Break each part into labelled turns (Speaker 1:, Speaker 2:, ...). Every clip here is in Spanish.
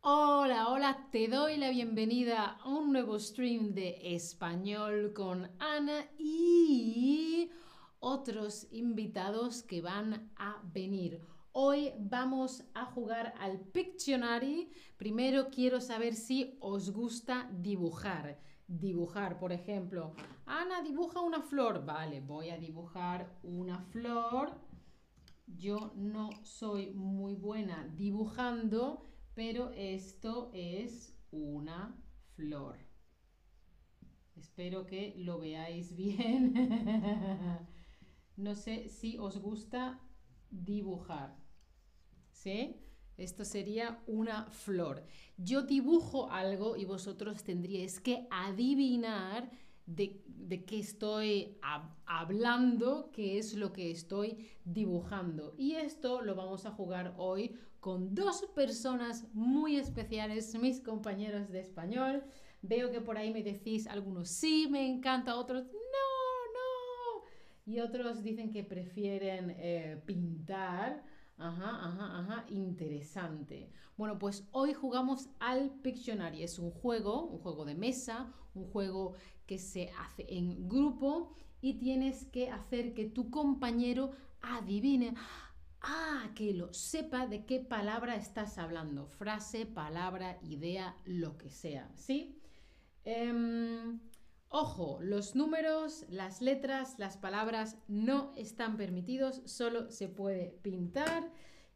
Speaker 1: Hola, hola, te doy la bienvenida a un nuevo stream de español con Ana y otros invitados que van a venir. Hoy vamos a jugar al Pictionary. Primero quiero saber si os gusta dibujar. Dibujar, por ejemplo, Ana dibuja una flor. Vale, voy a dibujar una flor. Yo no soy muy buena dibujando, pero esto es una flor. Espero que lo veáis bien. no sé si os gusta dibujar. ¿Sí? Esto sería una flor. Yo dibujo algo y vosotros tendríais que adivinar de, de qué estoy hab- hablando, qué es lo que estoy dibujando. Y esto lo vamos a jugar hoy con dos personas muy especiales, mis compañeros de español. Veo que por ahí me decís algunos sí, me encanta, otros no, no. Y otros dicen que prefieren eh, pintar. Ajá, ajá, ajá, interesante. Bueno, pues hoy jugamos al Pictionary. Es un juego, un juego de mesa, un juego que se hace en grupo y tienes que hacer que tu compañero adivine. Ah, que lo sepa de qué palabra estás hablando. Frase, palabra, idea, lo que sea, ¿sí? Em, ojo, los números, las letras, las palabras no están permitidos, solo se puede pintar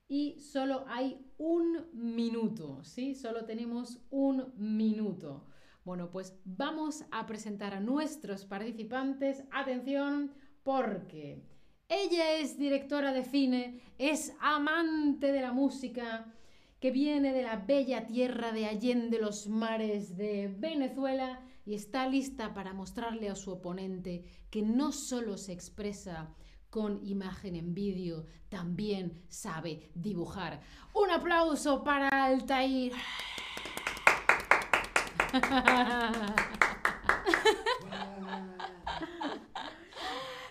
Speaker 1: y solo hay un minuto, ¿sí? Solo tenemos un minuto. Bueno, pues vamos a presentar a nuestros participantes. Atención, porque ella es directora de cine, es amante de la música, que viene de la bella tierra de Allende los Mares de Venezuela y está lista para mostrarle a su oponente que no solo se expresa con imagen en vídeo, también sabe dibujar. Un aplauso para Altair.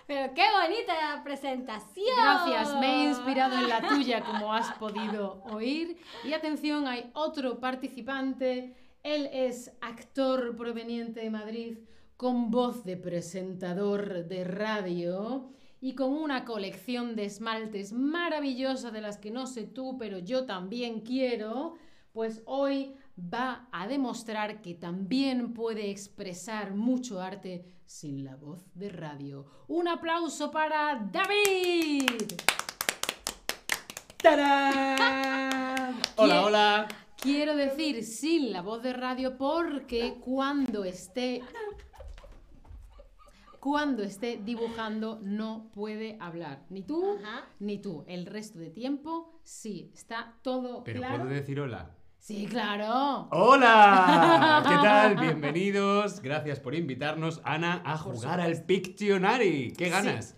Speaker 2: Pero qué bonita presentación.
Speaker 1: Gracias, me he inspirado en la tuya, como has podido oír. Y atención, hay otro participante. Él es actor proveniente de Madrid, con voz de presentador de radio y con una colección de esmaltes maravillosa de las que no sé tú, pero yo también quiero. Pues hoy va a demostrar que también puede expresar mucho arte sin la voz de radio. Un aplauso para David.
Speaker 3: ¡Tarán!
Speaker 1: ¿Quién?
Speaker 3: Hola, hola.
Speaker 1: Quiero decir sin la voz de radio porque cuando esté cuando esté dibujando no puede hablar, ni tú
Speaker 2: Ajá.
Speaker 1: ni tú. El resto de tiempo sí, está todo
Speaker 3: Pero
Speaker 1: claro.
Speaker 3: puedo decir hola.
Speaker 1: Sí, claro.
Speaker 3: ¡Hola! ¿Qué tal? Bienvenidos. Gracias por invitarnos, Ana, a
Speaker 1: Por
Speaker 3: jugar al Pictionary. ¿Qué ganas?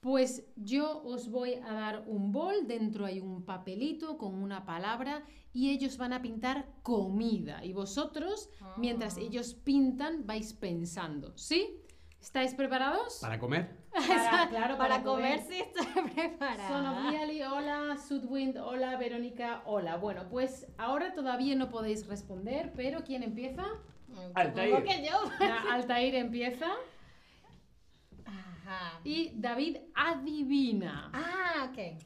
Speaker 1: Pues yo os voy a dar un bol, dentro hay un papelito con una palabra y ellos van a pintar comida. Y vosotros, mientras
Speaker 2: Ah.
Speaker 1: ellos pintan, vais pensando. ¿Sí? ¿Estáis preparados?
Speaker 3: ¿Para comer?
Speaker 2: Para,
Speaker 1: claro,
Speaker 2: para
Speaker 1: para
Speaker 2: comer
Speaker 1: comer.
Speaker 2: sí estoy preparada.
Speaker 1: Son of Viali, hola, Sudwind, hola, Verónica, hola. Bueno, pues ahora todavía no podéis responder, pero ¿quién empieza?
Speaker 3: Altair.
Speaker 2: Supongo que yo.
Speaker 1: Ya, Altair empieza
Speaker 2: Ajá.
Speaker 1: y David adivina.
Speaker 2: Ah, ok.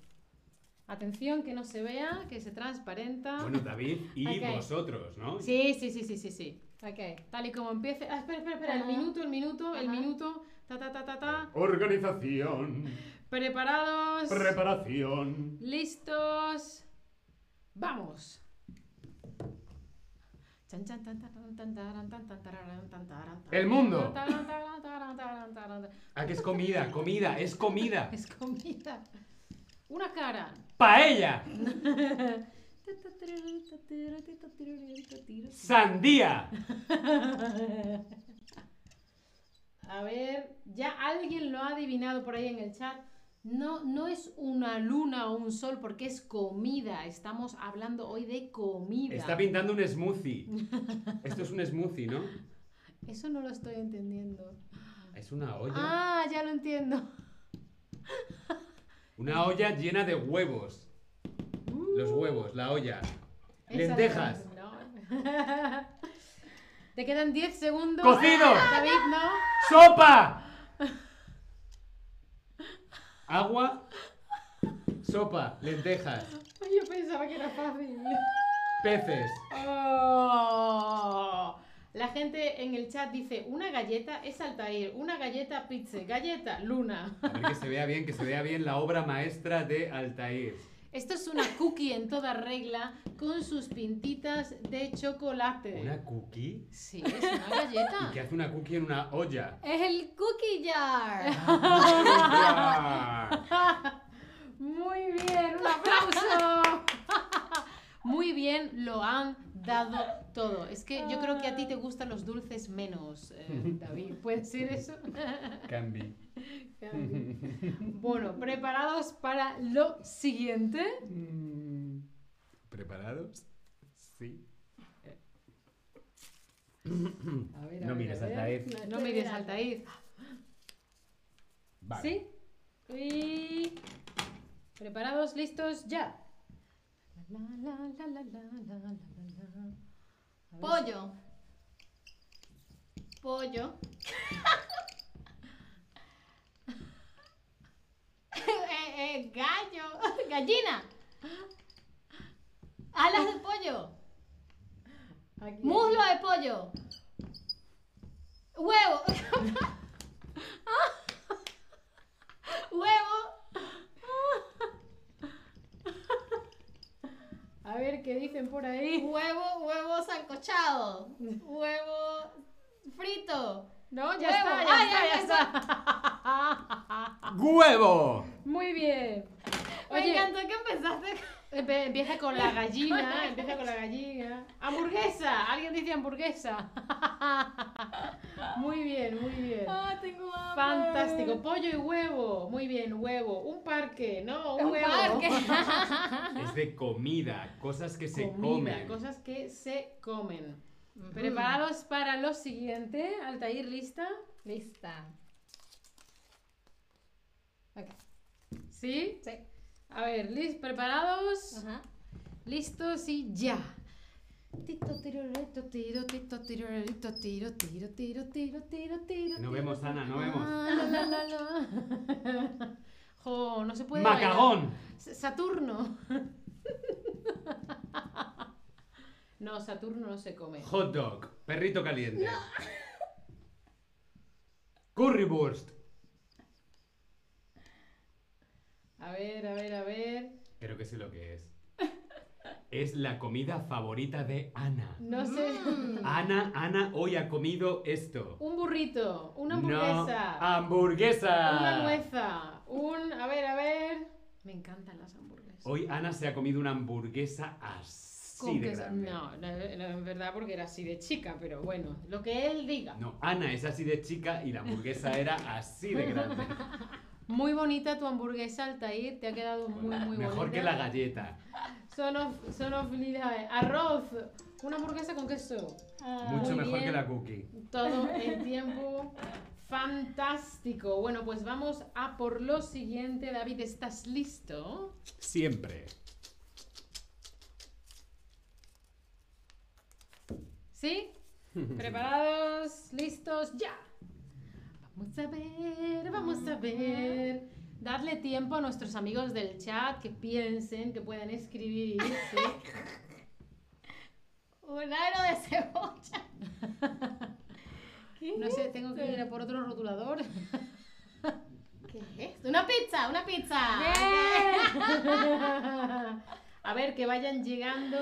Speaker 1: Atención, que no se vea, que se transparenta.
Speaker 3: Bueno, David y
Speaker 1: Ah. Ok.
Speaker 3: vosotros, ¿no?
Speaker 1: Sí, sí, sí, sí, sí, sí.
Speaker 2: Ok.
Speaker 1: Tal y como empiece. Ah, espera, espera, espera. El
Speaker 2: Ajá.
Speaker 1: minuto, el minuto, el
Speaker 2: Ajá.
Speaker 1: minuto. Ta, ta, ta, ta, ta.
Speaker 3: Organización,
Speaker 1: Preparados.
Speaker 3: preparación.
Speaker 1: listos. Vamos. Chan, chan, tan, tan, tan, tan, taran, tan, tan, tararán, tan, taran, tan,
Speaker 3: El mundo.
Speaker 1: taran, taran, taran, taran, taran.
Speaker 3: Ah, que es comida, comida, es comida.
Speaker 1: Es comida. Una cara.
Speaker 3: Paella, sandía.
Speaker 1: A ver, ya alguien lo ha adivinado por ahí en el chat. No, no es una luna o un sol porque es comida. Estamos hablando hoy de comida.
Speaker 3: Está pintando un smoothie. Esto es un smoothie, ¿no?
Speaker 1: Eso no lo estoy entendiendo.
Speaker 3: Es una olla.
Speaker 1: Ah, ya lo entiendo.
Speaker 3: Una olla llena de huevos. Los huevos, la olla.
Speaker 1: Esa
Speaker 3: Lentejas.
Speaker 1: no, no. Te quedan 10 segundos.
Speaker 3: ¡Cocido!
Speaker 1: David, no.
Speaker 3: ¡Sopa! Agua. Sopa. Lentejas.
Speaker 1: Ay, yo pensaba que era fácil.
Speaker 3: Peces.
Speaker 1: Oh. La gente en el chat dice, una galleta es Altair, una galleta pizza, galleta luna.
Speaker 3: A ver que se vea bien, que se vea bien la obra maestra de Altair.
Speaker 1: Esto es una cookie en toda regla con sus pintitas de chocolate.
Speaker 3: ¿Una cookie?
Speaker 1: Sí, es una
Speaker 3: ¿Y qué
Speaker 1: galleta.
Speaker 3: hace una cookie en una olla?
Speaker 2: Es el cookie jar.
Speaker 3: ¡Ah!
Speaker 1: Muy bien, un aplauso. Muy bien, lo han dado todo. Es que yo creo que a ti te gustan los dulces menos, eh, David. ¿Puede ser eso?
Speaker 3: Cambi.
Speaker 1: Bueno, preparados para lo siguiente.
Speaker 3: Mm, ¿Preparados? Sí.
Speaker 1: A ver, a
Speaker 3: No
Speaker 1: ver,
Speaker 3: mires,
Speaker 1: a ver.
Speaker 3: Altair.
Speaker 1: No mires Altair.
Speaker 3: Vale.
Speaker 1: ¿Sí? Y... Preparados, listos, ya. La, la, la, la, la, la, la, la. A ver
Speaker 2: Pollo. Pollo. Eh, eh, gallo. Gallina. Alas de pollo.
Speaker 1: si- aquí-
Speaker 2: Muslo de pollo. Huevo. Huevo.
Speaker 1: A ver qué dicen por ahí.
Speaker 2: Huevo, huevo sancochado. Huevo frito.
Speaker 1: No, ya
Speaker 2: Huevo.
Speaker 1: está, ya
Speaker 2: Ah,
Speaker 1: está,
Speaker 2: ya
Speaker 1: ya está.
Speaker 3: ¡Huevo!
Speaker 1: Muy bien.
Speaker 2: Me
Speaker 1: Oye,
Speaker 2: encantó que empezaste.
Speaker 1: empe- empieza con la gallina, empieza con la gallina. Hamburguesa, alguien dice hamburguesa. Muy bien, muy bien.
Speaker 2: Ah, tengo hambre.
Speaker 1: Fantástico, pollo y huevo. Muy bien, huevo. Un parque, ¿no? Un,
Speaker 2: Un
Speaker 1: huevo.
Speaker 2: parque.
Speaker 3: Es de comida, cosas que se
Speaker 1: Comida,
Speaker 3: comen.
Speaker 1: Cosas que se comen. ¿Preparados para lo siguiente? Altair, ¿lista?
Speaker 2: Lista. Ok,
Speaker 1: ¿Sí?
Speaker 2: sí.
Speaker 1: A ver, ¿lis ¿preparados?
Speaker 2: Ajá.
Speaker 1: Listos y ya. Tito, tiro, reto, tiro, tito, tiro, reto, tiro, tiro, tiro, tiro, tiro, tiro.
Speaker 3: No vemos, Ana, no vemos.
Speaker 1: Ah, la, la, la, la. Jo, no se puede. bailar.
Speaker 3: ¡Macagón!
Speaker 1: S- Saturno. No, Saturno no se come.
Speaker 3: Hot dog. Perrito caliente. Currywurst.
Speaker 1: A ver, a ver, a ver.
Speaker 3: Creo que sé lo que es. Es la comida favorita de Ana.
Speaker 1: No sé.
Speaker 2: Mm.
Speaker 3: Ana, Ana hoy ha comido esto.
Speaker 1: Un burrito, una
Speaker 3: No,
Speaker 1: hamburguesa,
Speaker 3: Ah. hamburguesa.
Speaker 1: una nueza, un. A ver, a ver. Me encantan las hamburguesas.
Speaker 3: Hoy Ana se ha comido una hamburguesa así
Speaker 1: Con
Speaker 3: de
Speaker 1: queso-
Speaker 3: grande.
Speaker 1: No, no, no, en verdad porque era así de chica, pero bueno, lo que él diga.
Speaker 3: No, Ana es así de chica y la hamburguesa era así de grande.
Speaker 1: Muy bonita tu hamburguesa, Altair, te ha quedado muy, muy bonita.
Speaker 3: Mejor que la galleta.
Speaker 1: Son of- son of Lila- Arroz, una hamburguesa con queso.
Speaker 2: Ah,
Speaker 3: Mucho
Speaker 1: muy
Speaker 3: mejor
Speaker 1: bien.
Speaker 3: que la cookie.
Speaker 1: Todo el tiempo. Fantástico. Bueno, pues vamos a por lo siguiente. David, ¿estás listo?
Speaker 3: Siempre.
Speaker 1: ¿Sí? ¿Preparados? ¿Listos? ¡Ya! Vamos a ver, vamos a ver. Darle tiempo a nuestros amigos del chat que piensen, que puedan escribir. ¿sí?
Speaker 2: Un aro de cebolla. ¿Qué?
Speaker 1: No sé, tengo que ir a por otro rotulador.
Speaker 2: ¿Qué es esto? Una pizza, una pizza.
Speaker 1: A ver, que vayan llegando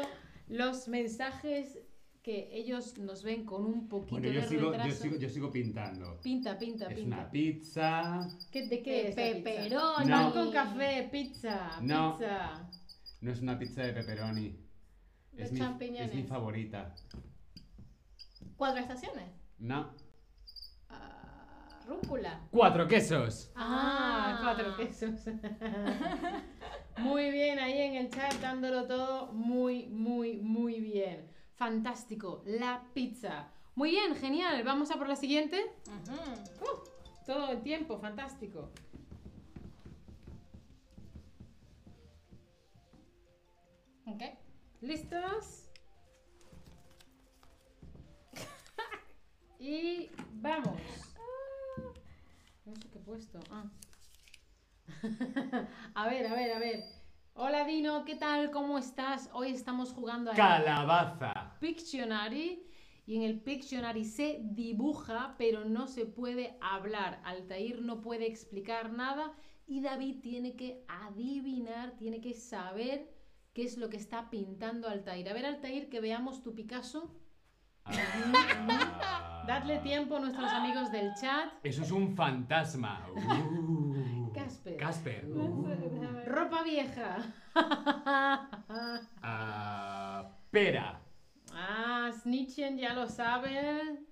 Speaker 1: los mensajes que ellos nos ven con un poquito
Speaker 3: Bueno, yo
Speaker 1: de
Speaker 3: sigo, yo,
Speaker 1: retraso.
Speaker 3: sigo, yo sigo pintando.
Speaker 1: Pinta, pinta,
Speaker 3: Es
Speaker 1: pinta.
Speaker 3: una pizza.
Speaker 1: ¿Qué- ¿De qué
Speaker 2: ¿Qué?
Speaker 1: es la pizza?
Speaker 2: Pepperoni.
Speaker 3: No.
Speaker 1: Pan con café, pizza,
Speaker 3: No.
Speaker 1: pizza.
Speaker 3: No es una pizza de pepperoni.
Speaker 2: De
Speaker 3: Es mi, es
Speaker 2: champiñones.
Speaker 3: mi favorita.
Speaker 2: Cuatro estaciones. Ah,
Speaker 3: No.
Speaker 2: Rúcula.
Speaker 3: Cuatro quesos.
Speaker 1: Ah,
Speaker 2: Ah.
Speaker 1: cuatro quesos. muy bien, ahí en el chat dándolo todo muy, muy, muy bien. Fantástico, la pizza. Muy bien, genial. Vamos a por la siguiente. Todo el tiempo, fantástico.
Speaker 2: Ok.
Speaker 1: ¿Listos? Y vamos. No sé qué he puesto. Ah. a ver, a ver, a ver. Hola Dino, ¿qué tal? ¿Cómo estás? Hoy estamos jugando a
Speaker 3: Calabaza.
Speaker 1: Pictionary y en el Pictionary se dibuja, pero no se puede hablar. Altair no puede explicar nada y David tiene que adivinar, tiene que saber qué es lo que está pintando Altair. A ver, Altair, que veamos tu Picasso.
Speaker 3: Ah.
Speaker 1: Dadle tiempo a nuestros amigos del chat.
Speaker 3: Eso es un fantasma. Uh.
Speaker 1: Casper.
Speaker 3: Casper.
Speaker 2: No sé,
Speaker 3: Uh.
Speaker 2: a ver.
Speaker 1: Ropa vieja.
Speaker 3: Ah, pera.
Speaker 1: ah, Snitchen ya lo saben.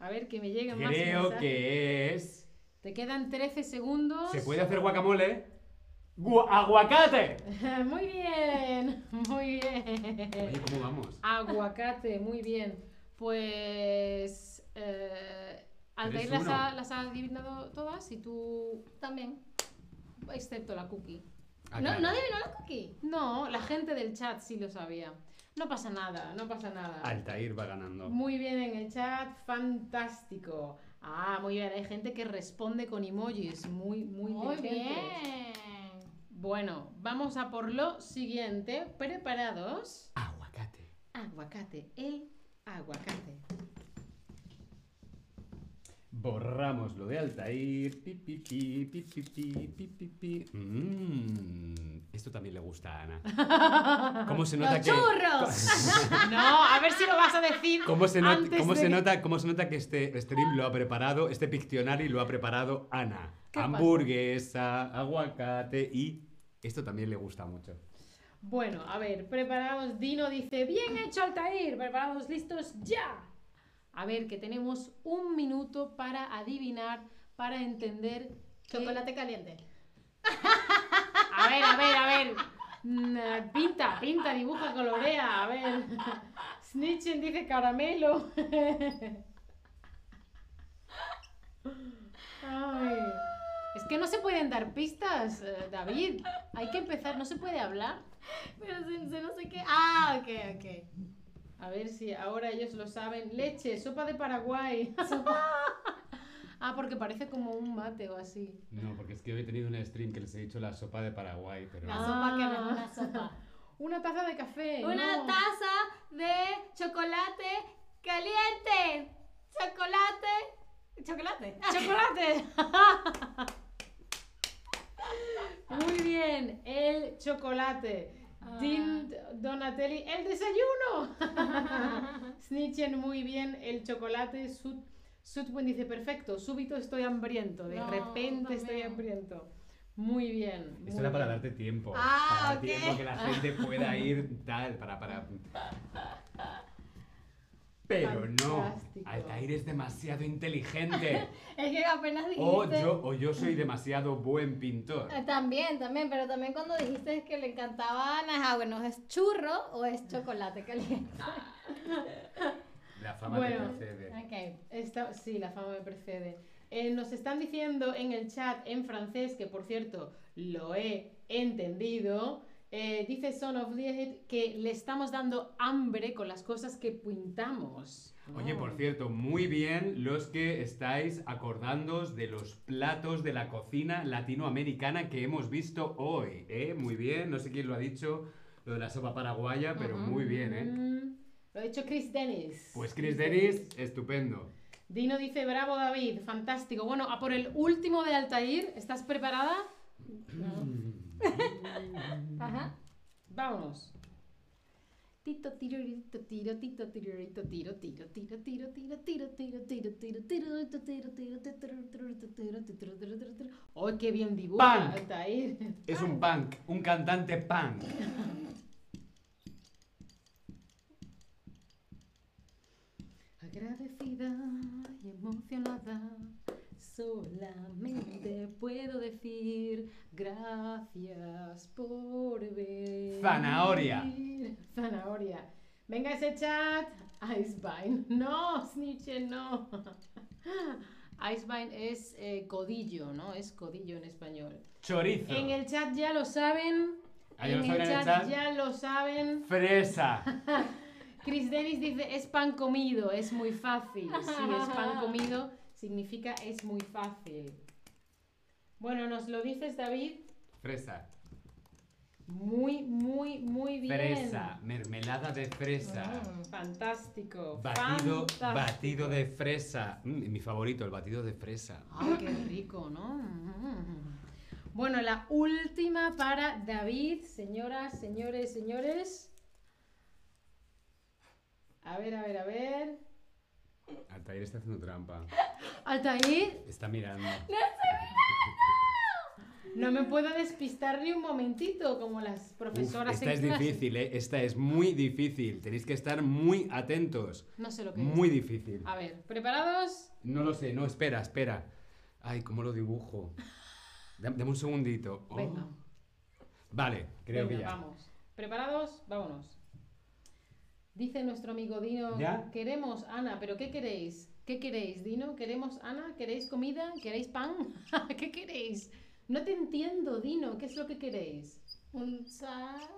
Speaker 1: A ver, que me lleguen más
Speaker 3: Creo
Speaker 1: mensajes.
Speaker 3: que es.
Speaker 1: Te quedan 13 segundos.
Speaker 3: ¿Se puede hacer guacamole? Gua- ¡Aguacate!
Speaker 1: Muy bien, muy
Speaker 3: Oye,
Speaker 1: bien.
Speaker 3: ¿cómo vamos?
Speaker 1: Aguacate, muy bien. Pues. Eh, Altair las ha,
Speaker 3: uno.
Speaker 1: las ha adivinado todas y tú también. Excepto la cookie.
Speaker 3: Ah,
Speaker 2: No,
Speaker 3: claro.
Speaker 2: no adivinó la cookie.
Speaker 1: No, la gente del chat sí lo sabía. No pasa nada, no pasa nada.
Speaker 3: Altair va ganando.
Speaker 1: Muy bien en el chat, fantástico. Ah, muy bien, hay gente que responde con emojis, muy, muy,
Speaker 2: Muy
Speaker 1: inteligentes.
Speaker 2: bien.
Speaker 1: Bueno, vamos a por lo siguiente. ¿Preparados?
Speaker 3: Aguacate.
Speaker 2: Ah,
Speaker 1: Aguacate, el aguacate.
Speaker 3: Borramos lo de Altair. Pi, pi, pi, pi, pi, pi, pi, pi, pi. Mm, esto también le gusta a Ana. ¿Cómo se nota
Speaker 2: ¡Los
Speaker 3: que.?
Speaker 2: churros!
Speaker 1: No, a ver si lo vas a decir.
Speaker 3: ¿Cómo se, not-
Speaker 1: antes
Speaker 3: cómo
Speaker 1: de
Speaker 3: se
Speaker 1: que-
Speaker 3: nota, cómo se nota que este stream lo ha preparado, este Pictionary lo ha preparado Ana?
Speaker 1: ¿Qué pasa?
Speaker 3: Hamburguesa, aguacate y esto también le gusta mucho.
Speaker 1: Bueno, a ver, preparados. Dino dice, bien hecho Altair. Preparados, listos, ya. A ver, que tenemos un minuto para adivinar, para entender. qué-
Speaker 2: Chocolate caliente.
Speaker 1: A ver, a ver, a ver. Mm, eh, Pinta, pinta, dibuja, colorea. A ver. Snitchen dice caramelo. Ay. Es que no se pueden dar pistas, eh, David. Hay que empezar, no se puede hablar.
Speaker 2: Pero se, se no sé qué. Ah, ok, ok.
Speaker 1: A ver si ahora ellos lo saben. Leche, sopa de Paraguay. ah, porque parece como un mate o así.
Speaker 3: No, porque es que hoy he tenido un stream que les he dicho la sopa de Paraguay, pero.
Speaker 2: La
Speaker 1: Ah.
Speaker 2: sopa que no es una sopa.
Speaker 1: Una taza de café.
Speaker 2: Una
Speaker 1: no.
Speaker 2: taza de chocolate caliente. Chocolate. Chocolate.
Speaker 1: ¡Chocolate! Muy bien, el chocolate.
Speaker 2: Ah.
Speaker 1: Din Donatelli, el desayuno. Snitchen, muy bien, el chocolate. Sud- Sudwin dice, perfecto, súbito estoy hambriento, de
Speaker 2: No,
Speaker 1: repente estoy
Speaker 2: también.
Speaker 1: hambriento. Muy bien. muy
Speaker 3: Esto era para
Speaker 1: bien.
Speaker 3: darte tiempo.
Speaker 2: Ah,
Speaker 3: para dar
Speaker 2: ok.
Speaker 3: tiempo que la gente pueda ir tal, para, para. Pero no,
Speaker 1: Fantástico.
Speaker 3: Altair es demasiado inteligente.
Speaker 2: Es que apenas dijiste.
Speaker 3: O Oh, yo, o yo soy demasiado buen pintor.
Speaker 2: Eh, También, también, pero también cuando dijiste que le encantaba Ana, ah, bueno, ¿es churro o es chocolate caliente?
Speaker 3: La fama
Speaker 1: Bueno.
Speaker 3: te precede.
Speaker 2: Ok.
Speaker 1: Esta- sí, la fama me precede. Eh, nos están diciendo en el chat en francés, que por cierto lo he entendido, eh, dice Son of Lied que le estamos dando hambre con las cosas que pintamos.
Speaker 3: Oye,
Speaker 1: Oh.
Speaker 3: por cierto, muy bien los que estáis acordándoos de los platos de la cocina latinoamericana que hemos visto hoy. ¿eh? Muy bien, no sé quién lo ha dicho, lo de la sopa paraguaya, pero
Speaker 2: Ujú.
Speaker 3: muy bien, ¿eh?
Speaker 1: Mm, lo ha dicho Chris Dennis.
Speaker 3: Pues Chris Dennis, estupendo.
Speaker 1: Dino dice, bravo David, fantástico. Bueno, a por el último de Altair, ¿estás preparada?
Speaker 3: Mm.
Speaker 2: Ajá.
Speaker 1: Vámonos. Tito tirorito tiro tito tirorito tiro tiro tiro tiro tiro tiro tiro tiro tiro tiro tiro tiro tiro tiro ¡Oh, qué bien dibuja!
Speaker 3: Pan.
Speaker 1: Altair!
Speaker 3: Es un punk, un cantante punk.
Speaker 1: Agradecida y emocionada, solamente puedo decir gracias por venir.
Speaker 3: Zanahoria.
Speaker 1: Zanahoria. Venga ese chat. Icebein. No, Snitchen, no. Icebein es eh, codillo, ¿no? Es codillo en español.
Speaker 3: Chorizo.
Speaker 1: En el chat ya lo saben.
Speaker 3: Ah, ya lo saben en el chat.
Speaker 1: ya lo saben.
Speaker 3: Fresa.
Speaker 1: Chris Dennis dice, es pan comido, es muy fácil. Sí, es pan comido significa es muy fácil. Bueno, nos lo dices, David.
Speaker 3: Fresa.
Speaker 1: Muy, muy, muy bien. Ah,
Speaker 3: Fresa. Mermelada de fresa.
Speaker 1: Fantástico.
Speaker 3: Batido,
Speaker 1: fantástico.
Speaker 3: batido de fresa. Mm, mi favorito, el batido de fresa.
Speaker 1: Ay, qué rico, ¿no? Mm. Bueno, la última para David, señoras, señores, señores. A ver, a ver, a ver.
Speaker 3: Altair está haciendo trampa.
Speaker 1: Altair,
Speaker 3: Está mirando.
Speaker 1: no me puedo despistar ni un momentito, como las
Speaker 3: Uf,
Speaker 1: profesoras
Speaker 3: esta es
Speaker 1: en clase.
Speaker 3: difícil, ¿eh? Esta es muy difícil. Tenéis que estar muy atentos.
Speaker 1: No sé lo que
Speaker 3: Muy
Speaker 1: es.
Speaker 3: difícil.
Speaker 1: A ver, ¿preparados?
Speaker 3: No lo sé, no, espera, espera. Ay, ¿cómo lo dibujo? Dam- Dame un segundito. Oh.
Speaker 1: Venga.
Speaker 3: Vale, creo
Speaker 1: Venga,
Speaker 3: que ya.
Speaker 1: Vamos. ¿Preparados? Vámonos. Dice nuestro amigo Dino,
Speaker 3: ¿Ya?
Speaker 1: queremos Ana, pero ¿qué queréis? ¿Qué queréis, Dino? ¿Queremos Ana? ¿Queréis comida? ¿Queréis pan? ¿Qué queréis? No te entiendo, Dino, ¿qué es lo que queréis?
Speaker 2: Un sándwich.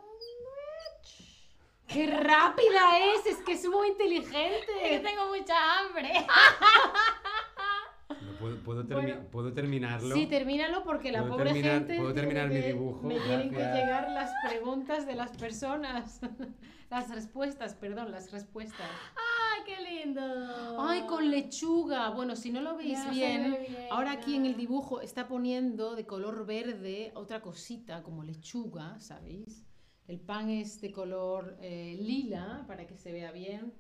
Speaker 1: ¡Qué rápida es! Es que es muy
Speaker 2: Es que
Speaker 1: inteligente.
Speaker 2: tengo mucha hambre.
Speaker 3: ¿Lo puedo, puedo termi-
Speaker 1: Bueno.
Speaker 3: ¿puedo terminarlo?
Speaker 1: Sí, termínalo porque la
Speaker 3: ¿Puedo
Speaker 1: pobre
Speaker 3: terminar-
Speaker 1: gente...
Speaker 3: puedo
Speaker 1: tiene
Speaker 3: terminar mi
Speaker 1: que-
Speaker 3: dibujo?
Speaker 1: Me tienen que
Speaker 3: Gracias.
Speaker 1: llegar las preguntas de las personas. Las respuestas, perdón, las respuestas.
Speaker 2: ¡Ay, qué lindo!
Speaker 1: Ay, con lechuga. Bueno, si no lo veis
Speaker 2: Ya se
Speaker 1: bien,
Speaker 2: ve bien,
Speaker 1: ahora aquí en el
Speaker 2: ya.
Speaker 1: dibujo está poniendo de color verde otra cosita como lechuga, ¿sabéis? El pan es de color eh, lila para que se vea bien.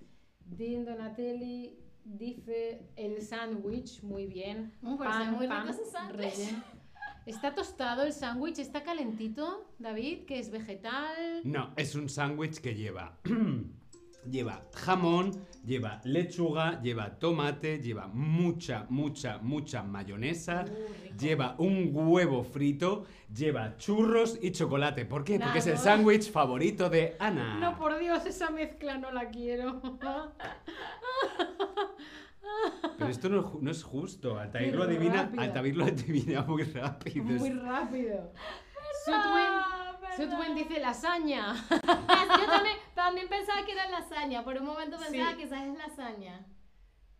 Speaker 1: Dean Donatelli dice el sándwich, muy bien.
Speaker 2: Mm, pero está muy rico ese sándwich.
Speaker 1: relleno. ¿Está tostado el sándwich? ¿Está calentito, David? Que es vegetal.
Speaker 3: No, es un sándwich que lleva. lleva jamón, lleva lechuga, lleva tomate, lleva mucha, mucha, mucha
Speaker 1: Uh,
Speaker 3: mayonesa. Lleva un huevo frito, lleva churros y chocolate. ¿Por qué? Porque es el
Speaker 1: Nada.
Speaker 3: sándwich favorito de Ana.
Speaker 1: No, por Dios, esa mezcla no la quiero.
Speaker 3: Pero esto no, es ju- no es justo. Altair
Speaker 1: Qué
Speaker 3: lo adivina,
Speaker 1: rápido.
Speaker 3: Altair lo adivina muy rápido.
Speaker 1: Muy
Speaker 3: Es-
Speaker 1: rápido.
Speaker 2: Ah,
Speaker 1: Sutwen, Sutwen
Speaker 2: perdón.
Speaker 1: dice lasaña.
Speaker 2: Es- Yo también, también pensaba que era lasaña. Por un momento
Speaker 1: Sí.
Speaker 2: pensaba que quizás es lasaña.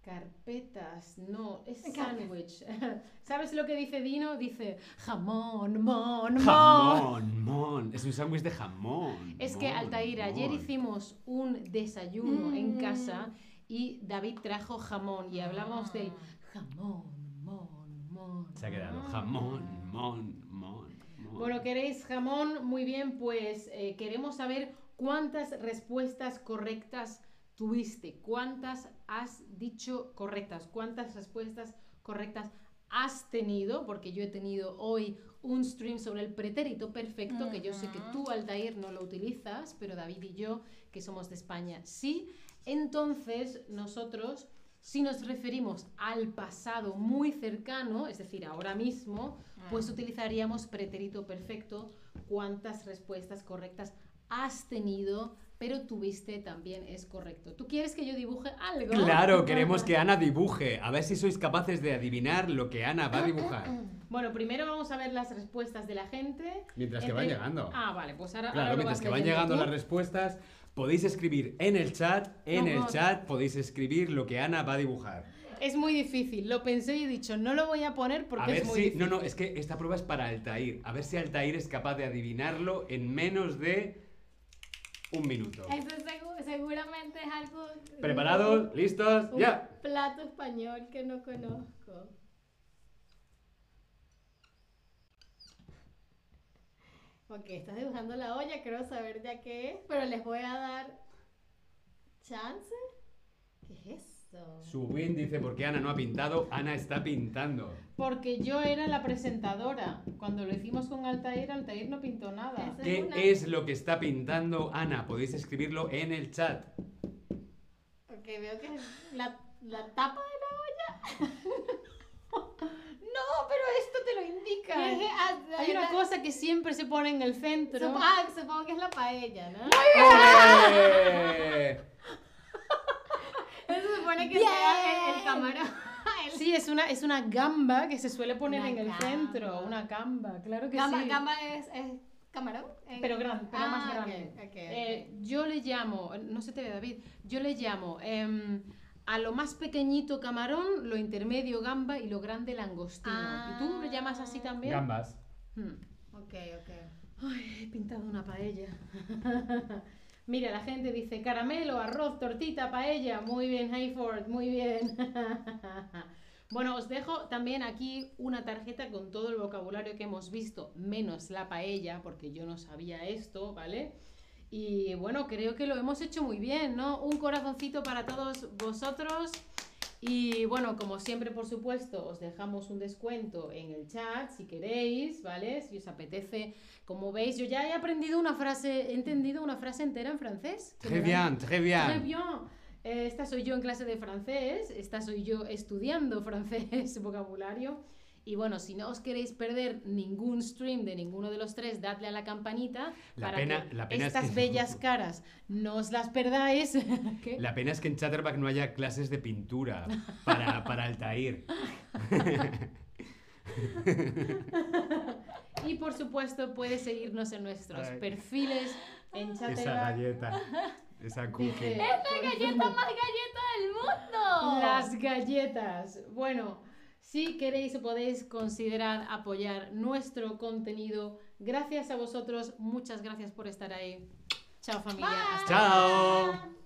Speaker 1: Carpetas, no, es
Speaker 2: Carpe-
Speaker 1: sándwich. ¿Sabes lo que dice Dino? Dice jamón, mon, mon.
Speaker 3: jamón, mon. Es un sándwich de jamón.
Speaker 1: Es que
Speaker 3: mon,
Speaker 1: Altair, ayer
Speaker 3: mon.
Speaker 1: hicimos un desayuno
Speaker 2: Mm.
Speaker 1: en casa y David trajo jamón y hablamos del jamón, mon, mon.
Speaker 3: Se ha quedado jamón, mon, mon. mon.
Speaker 1: Ah. Bueno, ¿queréis jamón? Muy bien, pues eh, queremos saber cuántas respuestas correctas tuviste, cuántas has dicho correctas, cuántas respuestas correctas has tenido, porque yo he tenido hoy un stream sobre el pretérito perfecto, que yo sé que tú, Altair, no lo utilizas, pero David y yo, que somos de España, sí. Entonces, nosotros, si nos referimos al pasado muy cercano, es decir, ahora mismo, pues utilizaríamos pretérito perfecto, cuántas respuestas correctas has tenido, pero tuviste también es correcto. ¿Tú quieres que yo dibuje algo?
Speaker 3: Claro, queremos que Ana dibuje. A ver si sois capaces de adivinar lo que Ana va a dibujar.
Speaker 1: Bueno, primero vamos a ver las respuestas de la gente.
Speaker 3: Mientras que van
Speaker 1: Entre-
Speaker 3: llegando.
Speaker 1: Ah, vale, pues ahora. ahora
Speaker 3: Claro,
Speaker 1: lo
Speaker 3: mientras
Speaker 1: vas
Speaker 3: que van
Speaker 1: leyendo
Speaker 3: llegando
Speaker 1: tú.
Speaker 3: las respuestas, podéis escribir en el chat, en
Speaker 1: No,
Speaker 3: el
Speaker 1: no.
Speaker 3: chat podéis escribir lo que Ana va a dibujar.
Speaker 1: Es muy difícil, lo pensé y he dicho, no lo voy a poner porque
Speaker 3: a ver
Speaker 1: es muy
Speaker 3: si,
Speaker 1: difícil.
Speaker 3: no, no, es que esta prueba es para Altair. A ver si Altair es capaz de adivinarlo en menos de un minuto.
Speaker 2: Eso es segu- seguramente es algo.
Speaker 3: ¿Preparados? ¿Listos?
Speaker 2: Un
Speaker 3: ¡Ya!
Speaker 2: plato español que no conozco. Ok, estás dibujando la olla, creo saber ya qué es, pero les voy a dar chance. ¿Qué es eso?
Speaker 3: Subin dice porque Ana no ha pintado, Ana está pintando.
Speaker 1: Porque yo era la presentadora. Cuando lo hicimos con Altair, Altair no pintó nada.
Speaker 2: Eso
Speaker 3: ¿Qué
Speaker 2: una-
Speaker 3: es lo que está pintando Ana? Podéis escribirlo en el chat.
Speaker 2: Ok, veo que es la, la tapa de la olla.
Speaker 1: No, pero esto te lo indica.
Speaker 2: ¿Qué es? Ah,
Speaker 1: Hay una
Speaker 2: la-
Speaker 1: cosa que siempre se pone en el centro.
Speaker 2: supo- ah, supongo que es la paella, ¿no?
Speaker 3: ¡Ole!
Speaker 2: Eso se supone que
Speaker 1: Bien.
Speaker 2: sea el, el camarón. El
Speaker 1: Sí, es una, es una gamba que se suele poner
Speaker 2: Una
Speaker 1: en el
Speaker 2: gamba.
Speaker 1: centro. Una gamba, claro que
Speaker 2: gamba,
Speaker 1: sí.
Speaker 2: gamba es, es ¿Camarón? En-
Speaker 4: Pero grande, pero más
Speaker 2: Ah, ok,
Speaker 4: grande.
Speaker 2: ok, ok.
Speaker 1: Eh, yo le llamo, no se te ve David, yo le llamo em, a lo más pequeñito camarón, lo intermedio gamba y lo grande langostino.
Speaker 2: Ah.
Speaker 1: ¿Y tú lo llamas así también?
Speaker 3: Gambas.
Speaker 1: Hmm.
Speaker 2: Ok, ok.
Speaker 1: Ay, he pintado una paella. Mira, la gente dice caramelo, arroz, tortita, paella. Muy bien, Hayford, muy bien. bueno, os dejo también aquí una tarjeta con todo el vocabulario que hemos visto, menos la paella, porque yo no sabía esto, ¿vale? Y bueno, creo que lo hemos hecho muy bien, ¿no? Un corazoncito para todos vosotros. Y bueno, como siempre, por supuesto, os dejamos un descuento en el chat si queréis, ¿vale? Si os apetece. Como veis, yo ya he aprendido una frase, he entendido una frase entera en francés. que
Speaker 3: Très
Speaker 1: me da-
Speaker 3: bien, très
Speaker 1: Très
Speaker 3: bien.
Speaker 1: bien. Eh, esta soy yo en clase de francés, esta soy yo estudiando francés, vocabulario. Y bueno, si no os queréis perder ningún stream de ninguno de los tres, dadle a la campanita
Speaker 3: La
Speaker 1: para
Speaker 3: pena-
Speaker 1: que
Speaker 3: la pena es
Speaker 1: estas
Speaker 3: que-
Speaker 1: bellas caras no os las perdáis. ¿Qué?
Speaker 3: La pena es que en Chatterback no haya clases de pintura para, para Altair.
Speaker 1: Y por supuesto, puedes seguirnos en nuestros
Speaker 3: Ay.
Speaker 1: perfiles en
Speaker 3: Esa
Speaker 1: Chatterback.
Speaker 3: galleta. Esa
Speaker 1: Dice,
Speaker 3: cookie.
Speaker 4: ¡La galleta más galleta del mundo!
Speaker 1: Las galletas. Bueno, si queréis o podéis considerar apoyar nuestro contenido.
Speaker 2: Ah.
Speaker 1: Gracias a vosotros, muchas gracias por estar ahí. Chao familia. Hasta
Speaker 3: Chao.